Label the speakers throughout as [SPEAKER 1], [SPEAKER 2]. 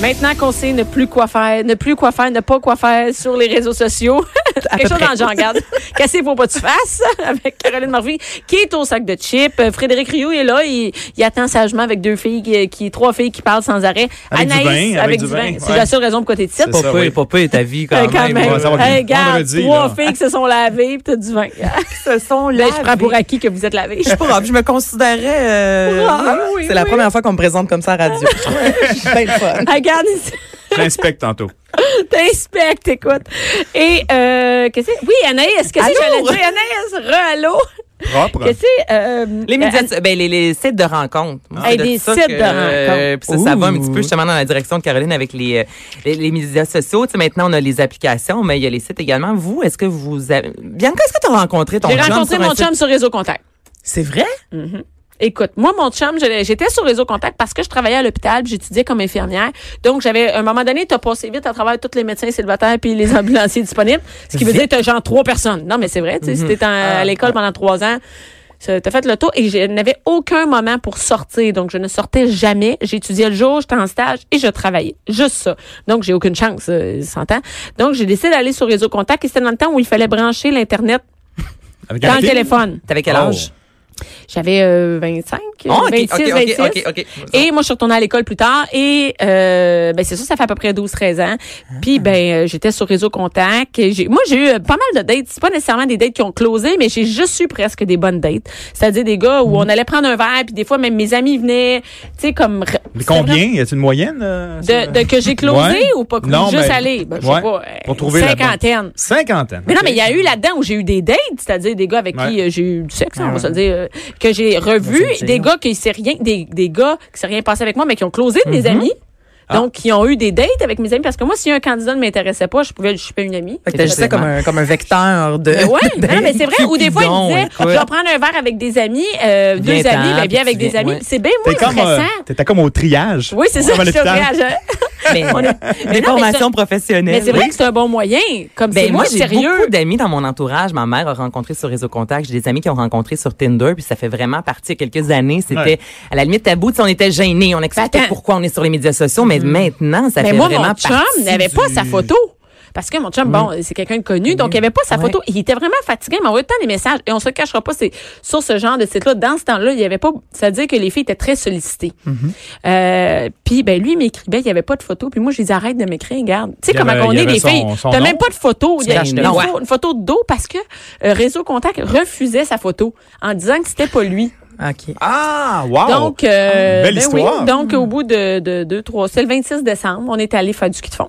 [SPEAKER 1] Maintenant qu'on sait ne plus quoi faire, ne plus quoi faire, ne pas quoi faire sur les réseaux sociaux, quelque chose dans le genre, regarde. Cassez vos pas de face avec Caroline Morvi, qui est au sac de chips. Euh, Frédéric Rioux est là, il, il attend sagement avec deux filles, qui, qui- trois filles qui parlent sans arrêt.
[SPEAKER 2] Avec du
[SPEAKER 1] Anaïs,
[SPEAKER 2] vin, avec du vin,
[SPEAKER 1] C'est
[SPEAKER 2] ouais.
[SPEAKER 1] la seule raison pour côté de titre.
[SPEAKER 2] C'est ça, oui.
[SPEAKER 3] Popé, ta vie
[SPEAKER 4] Ben,
[SPEAKER 3] quand,
[SPEAKER 1] quand même,
[SPEAKER 2] ouais, ça va bien.
[SPEAKER 1] Hey, regarde,
[SPEAKER 2] Vendredi,
[SPEAKER 1] trois
[SPEAKER 2] là.
[SPEAKER 1] filles qui se sont lavées, puis t'as du vin.
[SPEAKER 4] Ce sont
[SPEAKER 1] Là,
[SPEAKER 4] là.
[SPEAKER 1] je prends pour acquis que vous êtes lavés.
[SPEAKER 4] Je suis pas grave, je me considérais. euh,
[SPEAKER 1] Brave,
[SPEAKER 4] oui,
[SPEAKER 1] oui,
[SPEAKER 4] c'est la
[SPEAKER 1] oui.
[SPEAKER 4] première fois qu'on me présente comme ça à la radio. Je suis bien le fun.
[SPEAKER 1] Regarde,
[SPEAKER 2] J'inspecte tantôt.
[SPEAKER 1] t'inspectes, écoute. Et, euh, qu'est-ce que Oui, Anaïs, qu'est-ce que j'allais dire? Anaïs, re-allô.
[SPEAKER 2] Propre.
[SPEAKER 1] Qu'est-ce que, euh,
[SPEAKER 3] Les médias,
[SPEAKER 1] euh,
[SPEAKER 3] ben, les, les sites de rencontres. Moi,
[SPEAKER 4] Ah.
[SPEAKER 1] Hey,
[SPEAKER 3] c'est
[SPEAKER 1] des
[SPEAKER 3] ça
[SPEAKER 1] sites
[SPEAKER 3] que,
[SPEAKER 1] de
[SPEAKER 3] euh,
[SPEAKER 1] rencontres.
[SPEAKER 3] puis ça, ça va un
[SPEAKER 4] Ouh.
[SPEAKER 3] petit peu justement dans la direction de Caroline avec les, euh, les, les médias sociaux. Tu sais, maintenant, on a les applications, mais il y a les sites également. Vous, est-ce que vous... avez- Bianca, est-ce que tu as rencontré ton
[SPEAKER 1] J'ai
[SPEAKER 3] chum
[SPEAKER 1] rencontré
[SPEAKER 3] sur un
[SPEAKER 1] mon
[SPEAKER 3] site?
[SPEAKER 1] chum sur Réseau Contact.
[SPEAKER 4] C'est vrai?
[SPEAKER 1] Écoute, moi, mon chum, je l'ai- j'étais sur Réseau Contact parce que je travaillais à l'hôpital, puis j'étudiais comme infirmière. Donc, j'avais, à un moment donné, t'as passé vite à travers tous les médecins célibataires puis les ambulanciers disponibles. Ce qui veut dire que t'as genre trois personnes. Non, mais c'est vrai, tu sais, si t'es en- à l'école pendant trois ans, ça- t'as fait le tour et je n'avais aucun moment pour sortir. Donc, je ne sortais jamais. J'étudiais le jour, j'étais en stage et je travaillais. Juste ça. Donc, j'ai aucune chance, euh, s'entend. Donc, j'ai décidé d'aller sur Réseau Contact et c'était dans le temps où il fallait brancher l'Internet
[SPEAKER 2] Avec
[SPEAKER 1] dans
[SPEAKER 2] un
[SPEAKER 1] le
[SPEAKER 2] fil?
[SPEAKER 1] téléphone.
[SPEAKER 3] T'avais quel
[SPEAKER 2] Oh.
[SPEAKER 3] âge?
[SPEAKER 1] J'avais euh, 25,
[SPEAKER 3] Oh, ok,
[SPEAKER 1] 26,
[SPEAKER 3] ok,
[SPEAKER 1] 26.
[SPEAKER 3] ok, ok, ok.
[SPEAKER 1] Et moi, je suis retournée à l'école plus tard et euh, ben, c'est ça, ça fait à peu près 12-13 ans.
[SPEAKER 2] Ah.
[SPEAKER 1] Puis, ben, euh, j'étais sur Réseau Contact. Et j'ai- Moi, j'ai eu euh, pas mal de dates. C'est pas nécessairement des dates qui ont closé, mais j'ai juste eu presque des bonnes dates. C'est-à-dire des gars
[SPEAKER 2] Mm.
[SPEAKER 1] où on allait prendre un verre, puis des fois, même mes amis venaient, tu sais, comme...
[SPEAKER 2] Mais combien? Y a-t-il une moyenne? euh,
[SPEAKER 1] de,
[SPEAKER 2] ça?
[SPEAKER 1] de que j'ai closé
[SPEAKER 2] Ouais.
[SPEAKER 1] ou pas
[SPEAKER 2] Non,
[SPEAKER 1] ou juste
[SPEAKER 2] ben,
[SPEAKER 1] aller ben, je sais
[SPEAKER 2] ouais.
[SPEAKER 1] pas euh,
[SPEAKER 2] Pour trouver la bonne.
[SPEAKER 1] cinquantaine
[SPEAKER 2] Cinquantaine.
[SPEAKER 1] mais non,
[SPEAKER 2] ok.
[SPEAKER 1] mais il y a eu là-dedans où j'ai eu des dates, c'est-à-dire des gars avec qui
[SPEAKER 2] Ouais.
[SPEAKER 1] euh, j'ai eu du sexe, on va
[SPEAKER 4] ouais.
[SPEAKER 1] se dire, euh, que j'ai revu,
[SPEAKER 4] c'est le
[SPEAKER 1] des
[SPEAKER 4] signe.
[SPEAKER 1] gars qui s'est rien, des, des gars qui s'est rien passé avec moi, mais qui ont closé des amis. Donc, qui ont eu des dates avec mes amis, parce que moi, si un candidat ne m'intéressait pas, je pouvais le choper une amie.
[SPEAKER 4] Fait que t'as juste ça comme un, comme un vecteur de.
[SPEAKER 1] Mais ouais, non, non, mais c'est vrai. Ou des fois, ils
[SPEAKER 4] Cupidon,
[SPEAKER 1] me disaient, je
[SPEAKER 4] écoute.
[SPEAKER 1] vais prendre un verre avec des amis, euh, deux
[SPEAKER 3] Viens-t'en,
[SPEAKER 1] amis, ben,
[SPEAKER 3] puis
[SPEAKER 1] viens
[SPEAKER 3] tu
[SPEAKER 1] avec des
[SPEAKER 3] viens,
[SPEAKER 1] amis.
[SPEAKER 3] ouais.
[SPEAKER 1] C'est bien moins
[SPEAKER 2] T'es comme, euh,
[SPEAKER 1] stressant.
[SPEAKER 2] t'étais comme au triage.
[SPEAKER 1] Oui, c'est ça,
[SPEAKER 2] Comme à
[SPEAKER 1] je te
[SPEAKER 2] l'hôpital.
[SPEAKER 1] réagis.
[SPEAKER 3] Mais,
[SPEAKER 1] On est- Mais
[SPEAKER 3] des
[SPEAKER 1] non, mais ça-
[SPEAKER 3] formations professionnelles.
[SPEAKER 1] Mais c'est vrai que c'est un bon moyen. Comme c'est
[SPEAKER 3] Ben, moi,
[SPEAKER 1] moins
[SPEAKER 3] j'ai
[SPEAKER 1] sérieux.
[SPEAKER 3] beaucoup d'amis dans mon entourage. Ma mère a rencontré sur Réseau Contact. J'ai des amis qui ont rencontré sur Tinder. Puis ça fait vraiment partie, il y a quelques années, c'était
[SPEAKER 2] Ouais.
[SPEAKER 3] à la limite tabou. Tu sais, on était gênés. On expliquait
[SPEAKER 1] attends.
[SPEAKER 3] pourquoi on est sur les médias sociaux. Mais maintenant, ça
[SPEAKER 1] Mais
[SPEAKER 3] fait
[SPEAKER 1] moi,
[SPEAKER 3] vraiment
[SPEAKER 1] mon chum
[SPEAKER 3] partie
[SPEAKER 1] n'avait
[SPEAKER 3] du-
[SPEAKER 1] pas sa photo. Parce que mon chum, bon, c'est quelqu'un de connu, donc il avait pas sa
[SPEAKER 3] Ouais.
[SPEAKER 1] photo. Il était vraiment fatigué, il m'envoyait tant des messages. Et on se le cachera pas, c'est sur ce genre de site-là. Dans ce temps-là, il y avait pas. C'est-à-dire que les filles étaient très sollicitées.
[SPEAKER 2] Mm-hmm.
[SPEAKER 1] Euh, puis ben lui, il m'écrivait, il y avait pas de photo. Puis moi, je les arrête de m'écrire, regarde. Tu sais
[SPEAKER 2] Il y
[SPEAKER 1] comment
[SPEAKER 2] avait-
[SPEAKER 1] on
[SPEAKER 2] il y
[SPEAKER 1] est
[SPEAKER 2] avait
[SPEAKER 1] les
[SPEAKER 2] son-
[SPEAKER 1] filles.
[SPEAKER 2] son
[SPEAKER 1] T'as
[SPEAKER 2] nom?
[SPEAKER 1] même pas de photo. Il y a
[SPEAKER 3] Ben,
[SPEAKER 1] une,
[SPEAKER 3] non.
[SPEAKER 1] photo, une photo de dos parce que euh, Réseau Contact refusait sa photo en disant que c'était pas lui.
[SPEAKER 4] OK.
[SPEAKER 2] Ah, wow!
[SPEAKER 1] Donc, euh,
[SPEAKER 2] Ah, Belle
[SPEAKER 1] ben
[SPEAKER 2] histoire. Mm.
[SPEAKER 1] oui, donc au bout de, de deux, trois, c'est le 26 décembre, on est allé faire du ski de fond.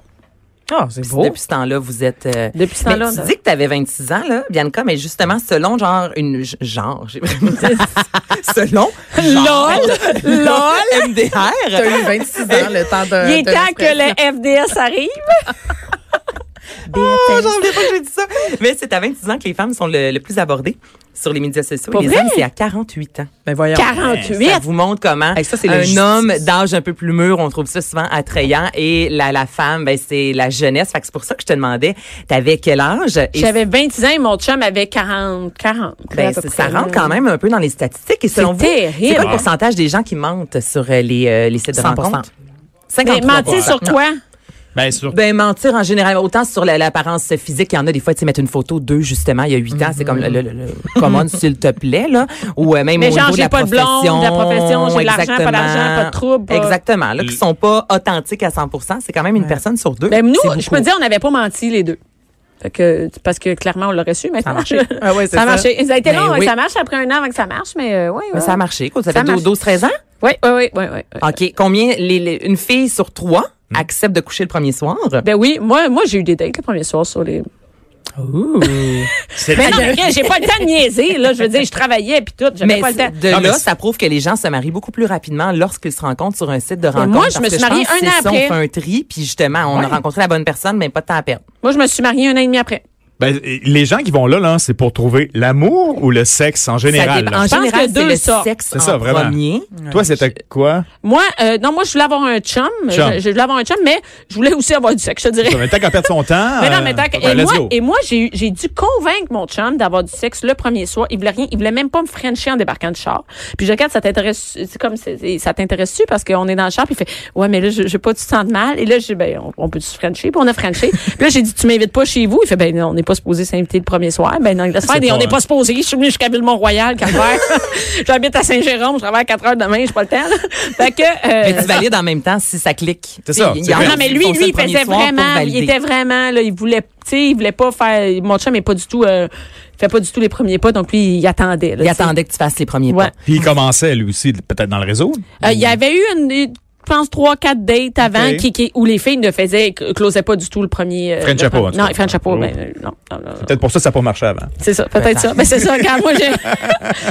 [SPEAKER 4] Ah, c'est
[SPEAKER 3] Puis
[SPEAKER 4] beau.
[SPEAKER 3] Depuis ce temps-là, vous êtes. euh,
[SPEAKER 1] Depuis ce
[SPEAKER 3] mais
[SPEAKER 1] temps-là,
[SPEAKER 3] tu
[SPEAKER 1] on a-
[SPEAKER 3] dis que tu avais 26 ans, là, Bianca, mais justement, selon genre une. j- Genre, j'ai vraiment dit Selon. genre,
[SPEAKER 4] LOL.
[SPEAKER 3] MDR.
[SPEAKER 4] T'as eu 26 ans, le temps de.
[SPEAKER 1] Il est
[SPEAKER 4] de
[SPEAKER 1] temps que
[SPEAKER 4] l'expression.
[SPEAKER 1] le FDS arrive.
[SPEAKER 3] Oh, j'en reviens pas que j'ai dit ça. Mais c'est à 26 ans que les femmes sont le, le plus abordées sur les médias sociaux.
[SPEAKER 1] Pas
[SPEAKER 3] les
[SPEAKER 1] vrai?
[SPEAKER 3] hommes, c'est à 48 ans.
[SPEAKER 4] Ben voyons.
[SPEAKER 1] 48.
[SPEAKER 3] Ça vous montre comment
[SPEAKER 4] Hey, ça, c'est la
[SPEAKER 3] un
[SPEAKER 4] justice.
[SPEAKER 3] homme d'âge un peu plus mûr, on trouve ça souvent attrayant. Et la, la femme, ben, c'est la jeunesse. Fait que c'est pour ça que je te demandais, t'avais quel âge? Et
[SPEAKER 1] J'avais 26 ans et mon chum avait 40. 40
[SPEAKER 3] ben,
[SPEAKER 1] à peu
[SPEAKER 3] c'est- ça
[SPEAKER 1] près,
[SPEAKER 3] rentre
[SPEAKER 1] là.
[SPEAKER 3] quand même un peu dans les statistiques. Et selon vous,
[SPEAKER 1] terrible.
[SPEAKER 3] c'est quoi le pourcentage des gens qui mentent sur euh, les, euh, les sites de
[SPEAKER 4] 100%.
[SPEAKER 3] rencontres?
[SPEAKER 1] Mais
[SPEAKER 3] 53
[SPEAKER 1] mentir sur
[SPEAKER 3] Non.
[SPEAKER 1] quoi?
[SPEAKER 2] Bien sûr.
[SPEAKER 3] Ben, mentir en général, autant sur la- l'apparence physique, il y en a des fois, tu sais, mettre une photo d'eux, justement, il y a huit ans, c'est comme le, le, le- le- commande, s'il te plaît, là. Ou euh, même
[SPEAKER 1] Mm-hmm. Mais
[SPEAKER 3] au
[SPEAKER 1] genre,
[SPEAKER 3] niveau
[SPEAKER 1] j'ai
[SPEAKER 3] de la
[SPEAKER 1] pas de blonde,
[SPEAKER 3] profession,
[SPEAKER 1] de la profession, j'ai de l'argent, pas d'argent,
[SPEAKER 3] exactement.
[SPEAKER 1] pas de trouble, pas-
[SPEAKER 3] Exactement, là, qui sont pas authentiques à 100 c'est quand même une personne sur deux.
[SPEAKER 1] Ben,
[SPEAKER 3] C'est
[SPEAKER 1] nous, je
[SPEAKER 3] beaucoup.
[SPEAKER 1] peux dire, on n'avait pas menti les deux. Fait que, parce que clairement, on l'aurait su maintenant.
[SPEAKER 3] marchait.
[SPEAKER 4] Ah ouais, c'est
[SPEAKER 1] ça a
[SPEAKER 4] ça.
[SPEAKER 1] marché. Ça a été
[SPEAKER 3] Ben
[SPEAKER 1] long, hein,
[SPEAKER 3] oui.
[SPEAKER 1] ça marche après un an avant que ça marche, mais euh, oui.
[SPEAKER 3] Mais
[SPEAKER 1] oui.
[SPEAKER 3] ça a marché, quoi. Ça
[SPEAKER 1] Ça
[SPEAKER 3] fait 12,
[SPEAKER 1] marche.
[SPEAKER 3] 12, 13 ans?
[SPEAKER 1] Oui, oui, oui, oui, oui. oui.
[SPEAKER 3] OK. Combien, les- les- une fille sur trois accepte de coucher le premier soir?
[SPEAKER 1] Mm. Ben oui, moi, moi j'ai eu des dates le premier soir sur
[SPEAKER 3] Ben
[SPEAKER 1] les.
[SPEAKER 2] C'est
[SPEAKER 1] Mais non, mais regarde, j'ai pas le temps de niaiser, là. Je veux dire, je travaillais puis tout. J'avais
[SPEAKER 3] Mais
[SPEAKER 1] pas le temps.
[SPEAKER 3] de
[SPEAKER 2] Non, mais
[SPEAKER 3] là,
[SPEAKER 2] c'est-
[SPEAKER 3] ça prouve que les gens se marient beaucoup plus rapidement lorsqu'ils se rencontrent sur un site de rencontre.
[SPEAKER 1] moi, je
[SPEAKER 3] parce
[SPEAKER 1] me
[SPEAKER 3] que
[SPEAKER 1] suis mariée
[SPEAKER 3] pense que
[SPEAKER 1] un an
[SPEAKER 3] c'est ça,
[SPEAKER 1] après.
[SPEAKER 3] On fait un tri, puis justement, on a rencontré la bonne personne, mais pas de temps à perdre.
[SPEAKER 1] Moi, je me suis mariée un an et demi après.
[SPEAKER 2] Ben, les gens qui vont là, là c'est pour trouver l'amour ou le sexe en général.
[SPEAKER 3] dépend-
[SPEAKER 2] là?
[SPEAKER 3] en
[SPEAKER 1] Je pense
[SPEAKER 3] général,
[SPEAKER 1] que
[SPEAKER 3] c'est
[SPEAKER 1] deux
[SPEAKER 3] le
[SPEAKER 1] sortes.
[SPEAKER 3] sexe
[SPEAKER 2] C'est
[SPEAKER 3] en
[SPEAKER 2] ça, vraiment.
[SPEAKER 3] premier.
[SPEAKER 2] Toi, c'était quoi?
[SPEAKER 1] Moi, euh, non, moi, je voulais avoir un chum.
[SPEAKER 2] Chum.
[SPEAKER 1] Je, je voulais avoir un chum, mais je voulais aussi avoir du sexe, je te dirais.
[SPEAKER 2] Mais tant qu'à perdre son temps.
[SPEAKER 1] Mais non, mais
[SPEAKER 2] euh,
[SPEAKER 1] tant que-
[SPEAKER 2] ben,
[SPEAKER 1] et,
[SPEAKER 2] let's
[SPEAKER 1] moi,
[SPEAKER 2] go.
[SPEAKER 1] et moi, j'ai eu- j'ai dû convaincre mon chum d'avoir du sexe le premier soir. Il voulait rien, il voulait même pas me frencher en débarquant du char. Puis je regarde, ça t'intéresse, c'est comme c'est- c'est- ça t'intéresse-tu parce qu'on est dans le char. Puis il fait, ouais, mais là, je j'ai pas du sens de mal. Et là, j'ai dit, ben, on, on peut se frencher. Puis on a frenché. puis là, j'ai dit, tu m'invites pas chez vous. Il fait, ben non, on n'est pas supposé s'inviter le premier soir. Ben non, laisse faire.
[SPEAKER 2] C'est
[SPEAKER 1] Et on
[SPEAKER 2] pas-
[SPEAKER 1] n'est pas supposé. Je suis venu jusqu'à Ville-Mont-Royal, Calvaire. J'habite à Saint-Jérôme. Je travaille à 4 heures demain. J'ai pas le temps. là. fait que. euh,
[SPEAKER 3] Mais tu valides en même temps si ça clique.
[SPEAKER 2] C'est ça,
[SPEAKER 3] Il y
[SPEAKER 2] c'est
[SPEAKER 3] en a
[SPEAKER 2] vrai.
[SPEAKER 1] Ah, non, mais
[SPEAKER 3] qui
[SPEAKER 1] lui,
[SPEAKER 3] font ça
[SPEAKER 1] lui,
[SPEAKER 3] le
[SPEAKER 1] il
[SPEAKER 3] premier
[SPEAKER 1] faisait
[SPEAKER 3] soir pour
[SPEAKER 1] vraiment, il
[SPEAKER 3] valider.
[SPEAKER 1] était vraiment, là, il voulait, tu sais, il voulait pas faire, mon chum est pas du tout, euh, il fait pas du tout les premiers pas, donc lui, il attendait, là,
[SPEAKER 3] Il
[SPEAKER 1] tu sais.
[SPEAKER 3] attendait que tu fasses les premiers
[SPEAKER 1] Ouais.
[SPEAKER 3] pas.
[SPEAKER 2] Puis il commençait, lui aussi, peut-être dans le réseau.
[SPEAKER 1] Euh, il y avait eu une, une- je pense, trois, quatre dates avant
[SPEAKER 2] Ok.
[SPEAKER 1] qui, qui- où les filles ne faisaient, closaient pas du tout le premier. euh,
[SPEAKER 2] Frenchait
[SPEAKER 1] le
[SPEAKER 2] pas,
[SPEAKER 1] premier-
[SPEAKER 2] en tout
[SPEAKER 1] Non,
[SPEAKER 2] cas.
[SPEAKER 1] ils frenchaient pas,
[SPEAKER 2] Oh.
[SPEAKER 1] ben, euh, non, non, non, non.
[SPEAKER 2] Peut-être pour ça, ça n'a pas marché avant.
[SPEAKER 1] C'est ça, peut-être ça. Ben, c'est ça, quand moi, j'ai.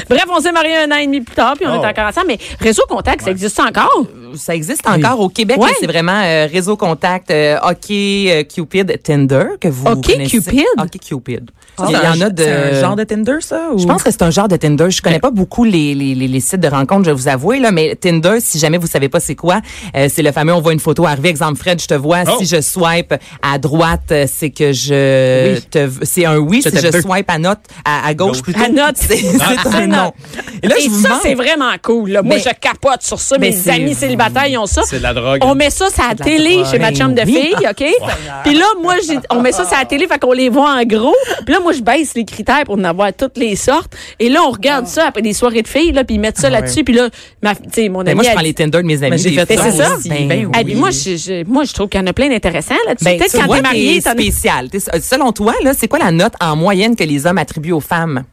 [SPEAKER 1] Bref, on s'est mariés un an et demi plus tard, puis on
[SPEAKER 2] Oh.
[SPEAKER 1] est encore ensemble, mais Réseau Contact, ça existe encore?
[SPEAKER 3] Ça existe encore au Québec.
[SPEAKER 1] Ouais.
[SPEAKER 3] là, C'est vraiment euh, Réseau Contact, euh, Hockey euh, Cupid, Tinder que vous
[SPEAKER 1] Hockey
[SPEAKER 3] connaissez.
[SPEAKER 1] Cupid?
[SPEAKER 3] Hockey Cupid.
[SPEAKER 4] Ah,
[SPEAKER 3] Il y
[SPEAKER 4] c'est un-
[SPEAKER 3] en a de...
[SPEAKER 4] c'est un genre de Tinder, ça? Ou...
[SPEAKER 3] Je pense que c'est un genre de Tinder. Je connais pas beaucoup les, les, les, les sites de rencontres, je vais vous avouer, là, mais Tinder, si jamais vous savez pas c'est quoi, euh, c'est le fameux on voit une photo arriver. Exemple, Fred, je te vois.
[SPEAKER 2] Oh.
[SPEAKER 3] Si je swipe à droite, euh, c'est que je
[SPEAKER 4] Oui.
[SPEAKER 3] te v- c'est un oui.
[SPEAKER 4] Je
[SPEAKER 3] si
[SPEAKER 4] te
[SPEAKER 3] je
[SPEAKER 4] veux.
[SPEAKER 3] swipe à note, à, à gauche
[SPEAKER 2] Gauche.
[SPEAKER 3] plutôt.
[SPEAKER 1] À note.
[SPEAKER 3] c'est c'est
[SPEAKER 1] c'est
[SPEAKER 3] un non.
[SPEAKER 1] note.
[SPEAKER 3] Et là,
[SPEAKER 1] Et
[SPEAKER 3] je vous
[SPEAKER 1] ça,
[SPEAKER 3] demande-
[SPEAKER 1] c'est vraiment cool. là. Moi,
[SPEAKER 3] Mais-
[SPEAKER 1] je capote sur ça.
[SPEAKER 3] mais
[SPEAKER 1] Mes
[SPEAKER 3] c'est-
[SPEAKER 1] amis célibataires, ils ont ça.
[SPEAKER 2] C'est de la drogue.
[SPEAKER 1] On met ça sur la
[SPEAKER 3] de la
[SPEAKER 1] télé
[SPEAKER 3] drogue.
[SPEAKER 1] chez ma chum de
[SPEAKER 3] Ben
[SPEAKER 1] fille, OK? Puis là, moi, j'ai- on met ça sur la télé, fait qu'on les voit en gros. Puis là, moi, je baisse les critères pour en avoir toutes les sortes. Et là, on regarde
[SPEAKER 3] Ah.
[SPEAKER 1] ça après des soirées de filles, là, puis ils mettent ça là-dessus. Puis là, ma, tu sais, mon
[SPEAKER 3] Ben,
[SPEAKER 1] ami...
[SPEAKER 3] Ah moi, je
[SPEAKER 1] elle
[SPEAKER 3] prends
[SPEAKER 1] dit-
[SPEAKER 3] les Tinder de mes amis.
[SPEAKER 4] Mais j'ai
[SPEAKER 3] des
[SPEAKER 4] fait
[SPEAKER 1] ça
[SPEAKER 3] fois.
[SPEAKER 1] aussi.
[SPEAKER 4] Ben
[SPEAKER 1] Ah, puis
[SPEAKER 4] oui.
[SPEAKER 1] moi, je, je- moi, je trouve qu'il y en a plein d'intéressants là-dessus.
[SPEAKER 3] Ben,
[SPEAKER 1] Peut-être
[SPEAKER 3] tu
[SPEAKER 1] quand
[SPEAKER 3] vois,
[SPEAKER 1] t'es marié,
[SPEAKER 3] t'es
[SPEAKER 1] t'en as-
[SPEAKER 3] spécial. T'es- euh, selon toi, là, c'est quoi la note en moyenne que les hommes attribuent aux femmes?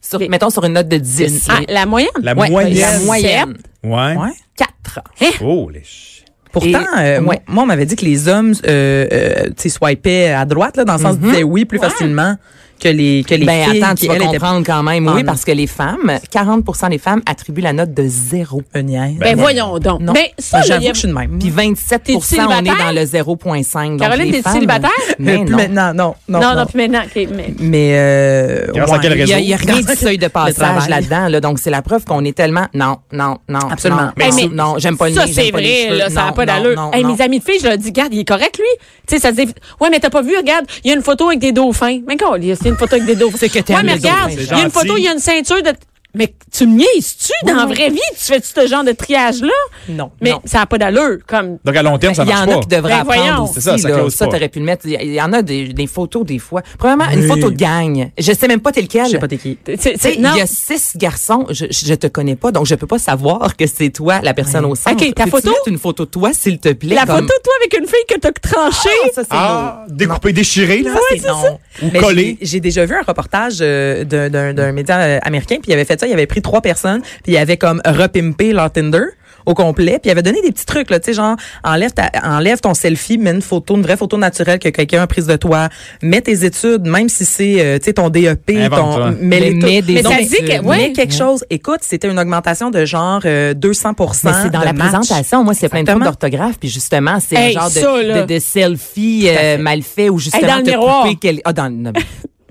[SPEAKER 3] Sur,
[SPEAKER 1] Les-
[SPEAKER 3] mettons sur une note de 10.
[SPEAKER 1] Ah, la moyenne? Ben,
[SPEAKER 2] La
[SPEAKER 3] Ouais,
[SPEAKER 2] moyenne.
[SPEAKER 3] La moyenne.
[SPEAKER 2] Ouais.
[SPEAKER 4] Ouais.
[SPEAKER 3] 4.
[SPEAKER 2] Oh, les chi-
[SPEAKER 4] Pourtant,
[SPEAKER 3] Et-
[SPEAKER 4] euh, moi-
[SPEAKER 3] ouais.
[SPEAKER 4] moi, on m'avait dit que les hommes, euh, euh, tu sais, swipaient à droite, là, dans le sens qu'ils disaient oui plus facilement que les, que les
[SPEAKER 3] Mhm. Ben
[SPEAKER 4] filles
[SPEAKER 3] attends, tu
[SPEAKER 4] qui,
[SPEAKER 3] vas
[SPEAKER 4] elles, étaient
[SPEAKER 3] comprendre quand même. Oui,
[SPEAKER 4] Ah,
[SPEAKER 3] parce que les femmes, 40 des femmes attribuent la note de zéro.
[SPEAKER 4] une niaise.
[SPEAKER 1] Ben,
[SPEAKER 2] Ben,
[SPEAKER 1] voyons donc.
[SPEAKER 3] Non.
[SPEAKER 1] Ben, ça,
[SPEAKER 4] Ben,
[SPEAKER 1] là, il y
[SPEAKER 4] J'avoue
[SPEAKER 1] a-
[SPEAKER 4] que je suis de même.
[SPEAKER 3] Puis 27
[SPEAKER 1] T'es-tu
[SPEAKER 3] on est
[SPEAKER 1] célibataire?
[SPEAKER 3] dans le 0,5. Donc,
[SPEAKER 1] Caroline,
[SPEAKER 3] les
[SPEAKER 1] t'es-tu
[SPEAKER 3] femmes-
[SPEAKER 1] célibataire?
[SPEAKER 4] Mais
[SPEAKER 3] euh, Mais
[SPEAKER 4] plus
[SPEAKER 3] non.
[SPEAKER 4] maintenant, non, non,
[SPEAKER 1] Non,
[SPEAKER 4] non.
[SPEAKER 1] non, puis maintenant, OK, mais...
[SPEAKER 4] Mais euh,
[SPEAKER 2] Grâce à quel
[SPEAKER 3] Il y a,
[SPEAKER 2] réseau?
[SPEAKER 3] il y a rien du seuil de passage
[SPEAKER 4] travail.
[SPEAKER 3] là-dedans. Là, donc, c'est la preuve qu'on est tellement... Non, non, non.
[SPEAKER 4] Absolument.
[SPEAKER 3] non,
[SPEAKER 1] Mais-
[SPEAKER 3] non,
[SPEAKER 1] mais-
[SPEAKER 3] non, j'aime pas le
[SPEAKER 1] ça,
[SPEAKER 3] nez,
[SPEAKER 1] c'est
[SPEAKER 3] j'aime pas les
[SPEAKER 1] vrai,
[SPEAKER 3] cheveux.
[SPEAKER 1] là, ça n'a
[SPEAKER 3] Non,
[SPEAKER 1] pas
[SPEAKER 3] non,
[SPEAKER 1] d'allure.
[SPEAKER 3] non,
[SPEAKER 1] Hey,
[SPEAKER 3] non.
[SPEAKER 1] mes amis de filles, je leur dis, regarde, il est correct, lui. Tu sais, ça se dit, ouais, mais t'as pas vu, regarde, il y a une photo avec des dauphins. Mais quand il y a une photo avec des dauphins.
[SPEAKER 3] C'est que
[SPEAKER 1] Ouais,
[SPEAKER 3] t'aimes
[SPEAKER 1] mais
[SPEAKER 3] les dauphins,
[SPEAKER 1] regarde,
[SPEAKER 2] c'est
[SPEAKER 1] il y a une
[SPEAKER 2] gentil.
[SPEAKER 1] photo, il y a une ceinture de. Mais tu me niaises-tu dans la
[SPEAKER 3] oui.
[SPEAKER 1] vraie vie? Tu fais-tu ce genre de triage-là?
[SPEAKER 4] Non,
[SPEAKER 1] Mais
[SPEAKER 3] non.
[SPEAKER 1] ça n'a pas d'allure. Comme,
[SPEAKER 2] Donc, à long terme, ça
[SPEAKER 3] Il y
[SPEAKER 2] marche
[SPEAKER 3] en
[SPEAKER 2] pas.
[SPEAKER 3] a qui devraient
[SPEAKER 1] Ben, voyons.
[SPEAKER 3] apprendre aussi.
[SPEAKER 2] C'est ça, ça
[SPEAKER 3] là.
[SPEAKER 2] close pas.
[SPEAKER 3] t'aurais pu le mettre. Il y en a des, des photos des fois. Premièrement, une photo de gang. Je sais même pas t'es lequel.
[SPEAKER 4] je sais pas t'es qui.
[SPEAKER 1] tu sais,
[SPEAKER 3] Tu sais,
[SPEAKER 1] non.
[SPEAKER 3] il y a six garçons, je, je je te connais pas, donc je peux pas savoir que c'est toi la personne au centre.
[SPEAKER 1] OK, ta
[SPEAKER 3] Peux-tu
[SPEAKER 1] photo?
[SPEAKER 3] mettre une photo de toi, s'il te plaît.
[SPEAKER 1] La
[SPEAKER 3] comme-
[SPEAKER 1] photo de toi avec une fille que t'as tranchée.
[SPEAKER 3] Ah, ça, c'est
[SPEAKER 2] Ah,
[SPEAKER 3] beau.
[SPEAKER 2] découpé, déchiré, là.
[SPEAKER 4] Ça, c'est non. Mais
[SPEAKER 2] collé.
[SPEAKER 4] Ben, j'ai- J'ai déjà vu un reportage euh, d'un- d'un d'un média euh, américain, puis il avait fait ça, il avait pris trois personnes, puis il avait comme repimpé leur Tinder au complet, puis il avait donné des petits trucs, là, tu sais, genre, enlève, ta- enlève ton selfie, mets une photo, une vraie photo naturelle que quelqu'un a prise de toi, mets tes études, même si c'est, euh, tu sais, ton DEP,
[SPEAKER 2] Invente-toi.
[SPEAKER 4] ton... mets-les
[SPEAKER 3] Mais
[SPEAKER 4] toutes.
[SPEAKER 3] mets des
[SPEAKER 4] Non,
[SPEAKER 1] études.
[SPEAKER 4] mais-
[SPEAKER 1] Ouais.
[SPEAKER 4] mets quelque chose. Écoute, c'était une augmentation de genre euh, 200
[SPEAKER 3] Mais c'est dans
[SPEAKER 4] de
[SPEAKER 3] la
[SPEAKER 4] match.
[SPEAKER 3] présentation. Moi, c'est plein de fautes
[SPEAKER 4] Exactement.
[SPEAKER 3] d'orthographe. Puis justement, c'est
[SPEAKER 1] Hey,
[SPEAKER 3] un genre de,
[SPEAKER 1] ça, là.
[SPEAKER 3] de, de selfie euh, mal fait ou justement
[SPEAKER 1] dans le
[SPEAKER 3] t'as
[SPEAKER 1] miroir.
[SPEAKER 3] coupé quel- ah, dans, non, mais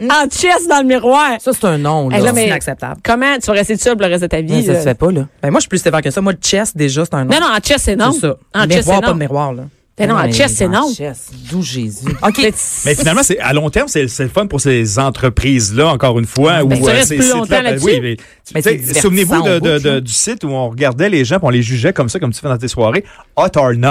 [SPEAKER 1] En chess dans le miroir.
[SPEAKER 3] ça, c'est un nom. Là.
[SPEAKER 1] Hey, là,
[SPEAKER 4] C'est
[SPEAKER 1] mais- euh,
[SPEAKER 4] inacceptable.
[SPEAKER 1] Comment tu vas rester seul pour le reste de ta vie?
[SPEAKER 3] Non, ça
[SPEAKER 1] là?
[SPEAKER 3] se fait pas, là.
[SPEAKER 4] Ben, moi, je suis plus sévère que ça. Moi, le chess, déjà, c'est un nom.
[SPEAKER 1] Non, non, en chess, c'est non.
[SPEAKER 4] C'est ça.
[SPEAKER 3] Ah,
[SPEAKER 1] En chess,
[SPEAKER 4] miroir,
[SPEAKER 1] c'est
[SPEAKER 4] pas de
[SPEAKER 1] non.
[SPEAKER 4] miroir, là.
[SPEAKER 1] Ben non, en chess, c'est
[SPEAKER 3] en
[SPEAKER 1] non.
[SPEAKER 3] chess, D'où Jésus. OK.
[SPEAKER 1] Mais-
[SPEAKER 2] Mais finalement, c'est à long terme, c'est c'est le fun pour ces entreprises-là, encore une fois.
[SPEAKER 1] Ben,
[SPEAKER 2] où,
[SPEAKER 1] ça
[SPEAKER 2] euh,
[SPEAKER 1] reste
[SPEAKER 2] ces
[SPEAKER 1] plus
[SPEAKER 2] sites-là,
[SPEAKER 1] longtemps
[SPEAKER 2] ben
[SPEAKER 1] là-dessus.
[SPEAKER 2] oui, mais, tu
[SPEAKER 3] Mais
[SPEAKER 2] sais,
[SPEAKER 3] c'est divertissant
[SPEAKER 2] Souvenez-vous de-
[SPEAKER 3] au bout,
[SPEAKER 2] de-
[SPEAKER 3] je
[SPEAKER 2] de- du site où on regardait les gens, puis on les jugeait comme ça, comme tu fais dans tes soirées, hot or not.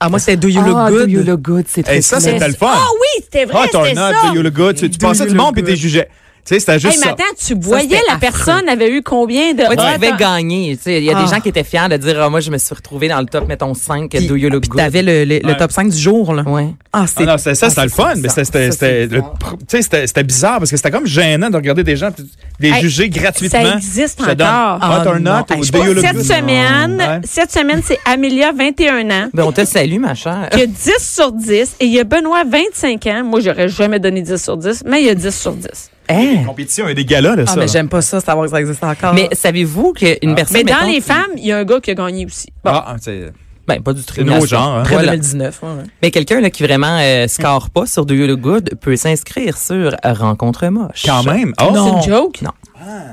[SPEAKER 4] Ah, moi, c'est Do You Look
[SPEAKER 3] Ah,
[SPEAKER 4] Good.
[SPEAKER 3] Do you look good, c'est
[SPEAKER 2] Et
[SPEAKER 3] très
[SPEAKER 2] ça,
[SPEAKER 3] clair.
[SPEAKER 2] c'était le fun.
[SPEAKER 1] Ah oui, c'était vrai,
[SPEAKER 2] hot or
[SPEAKER 1] c'était
[SPEAKER 2] not,
[SPEAKER 1] ça.
[SPEAKER 2] do you look good. Tu, tu
[SPEAKER 4] Do
[SPEAKER 2] pensais
[SPEAKER 4] you
[SPEAKER 2] du monde,
[SPEAKER 4] look
[SPEAKER 2] puis t'es
[SPEAKER 4] good.
[SPEAKER 2] jugé. Tu sais, c'était
[SPEAKER 1] Hey,
[SPEAKER 2] juste
[SPEAKER 1] mais
[SPEAKER 2] ça.
[SPEAKER 1] attends, tu voyais
[SPEAKER 4] c'était
[SPEAKER 1] la personne avait eu combien de.
[SPEAKER 3] Ouais, tu
[SPEAKER 1] Ah,
[SPEAKER 3] devais
[SPEAKER 1] attends.
[SPEAKER 3] gagner. Tu sais, Il y a
[SPEAKER 4] Ah.
[SPEAKER 3] des gens qui étaient fiers de dire Ah, Moi, je me suis retrouvé dans le top, mettons, 5
[SPEAKER 4] Puis-
[SPEAKER 3] Do You Look
[SPEAKER 4] puis
[SPEAKER 3] Good.
[SPEAKER 4] t'avais le, le, le
[SPEAKER 2] Ouais.
[SPEAKER 4] top 5 du jour, là.
[SPEAKER 3] Ouais.
[SPEAKER 4] Ah,
[SPEAKER 2] Ah
[SPEAKER 4] c'est...
[SPEAKER 2] non, c'était ça,
[SPEAKER 4] ah,
[SPEAKER 2] c'était le
[SPEAKER 4] c'est
[SPEAKER 2] fun, mais c'était- c'était
[SPEAKER 3] Ça, c'est
[SPEAKER 2] c'était le-
[SPEAKER 3] bizarre.
[SPEAKER 2] tu sais, c'était- c'était bizarre parce que c'était comme gênant de regarder des gens puis les
[SPEAKER 1] Hey,
[SPEAKER 2] juger gratuitement.
[SPEAKER 1] ça existe
[SPEAKER 2] Je te donne
[SPEAKER 1] encore.
[SPEAKER 2] Hot
[SPEAKER 4] Ah
[SPEAKER 2] or
[SPEAKER 4] non.
[SPEAKER 2] not
[SPEAKER 4] Hey,
[SPEAKER 2] ou
[SPEAKER 4] je
[SPEAKER 2] do you look
[SPEAKER 1] Cette
[SPEAKER 2] good?
[SPEAKER 1] semaine,
[SPEAKER 2] Ouais.
[SPEAKER 1] cette semaine, c'est Amelia, 21 ans.
[SPEAKER 3] Ben, on te salue, ma chère.
[SPEAKER 1] Il y a 10 sur 10 et il y a Benoît, 25 ans. Moi, j'aurais jamais donné 10 sur 10, mais il y a 10 sur 10.
[SPEAKER 3] Hein?
[SPEAKER 2] Compétition, il y a des galas, là,
[SPEAKER 4] Ah,
[SPEAKER 2] ça.
[SPEAKER 4] mais j'aime pas ça, savoir que ça existe encore.
[SPEAKER 3] Mais savez-vous qu'une personne.
[SPEAKER 1] Mais dans
[SPEAKER 3] mettons,
[SPEAKER 1] les
[SPEAKER 3] qui-
[SPEAKER 1] femmes, il y a un gars qui a gagné aussi. Bon.
[SPEAKER 2] Ah, c'est-
[SPEAKER 3] Ben, pas du
[SPEAKER 2] C'est nouveau
[SPEAKER 3] discrimination.
[SPEAKER 2] genre. hein.
[SPEAKER 4] Après
[SPEAKER 3] Voilà.
[SPEAKER 4] 2019. ouais, ouais.
[SPEAKER 3] Mais quelqu'un là, qui vraiment euh, score pas sur Do You Look Good peut s'inscrire sur Rencontre Moche.
[SPEAKER 2] Quand même. Oh,
[SPEAKER 4] Non.
[SPEAKER 1] C'est une joke?
[SPEAKER 3] Non.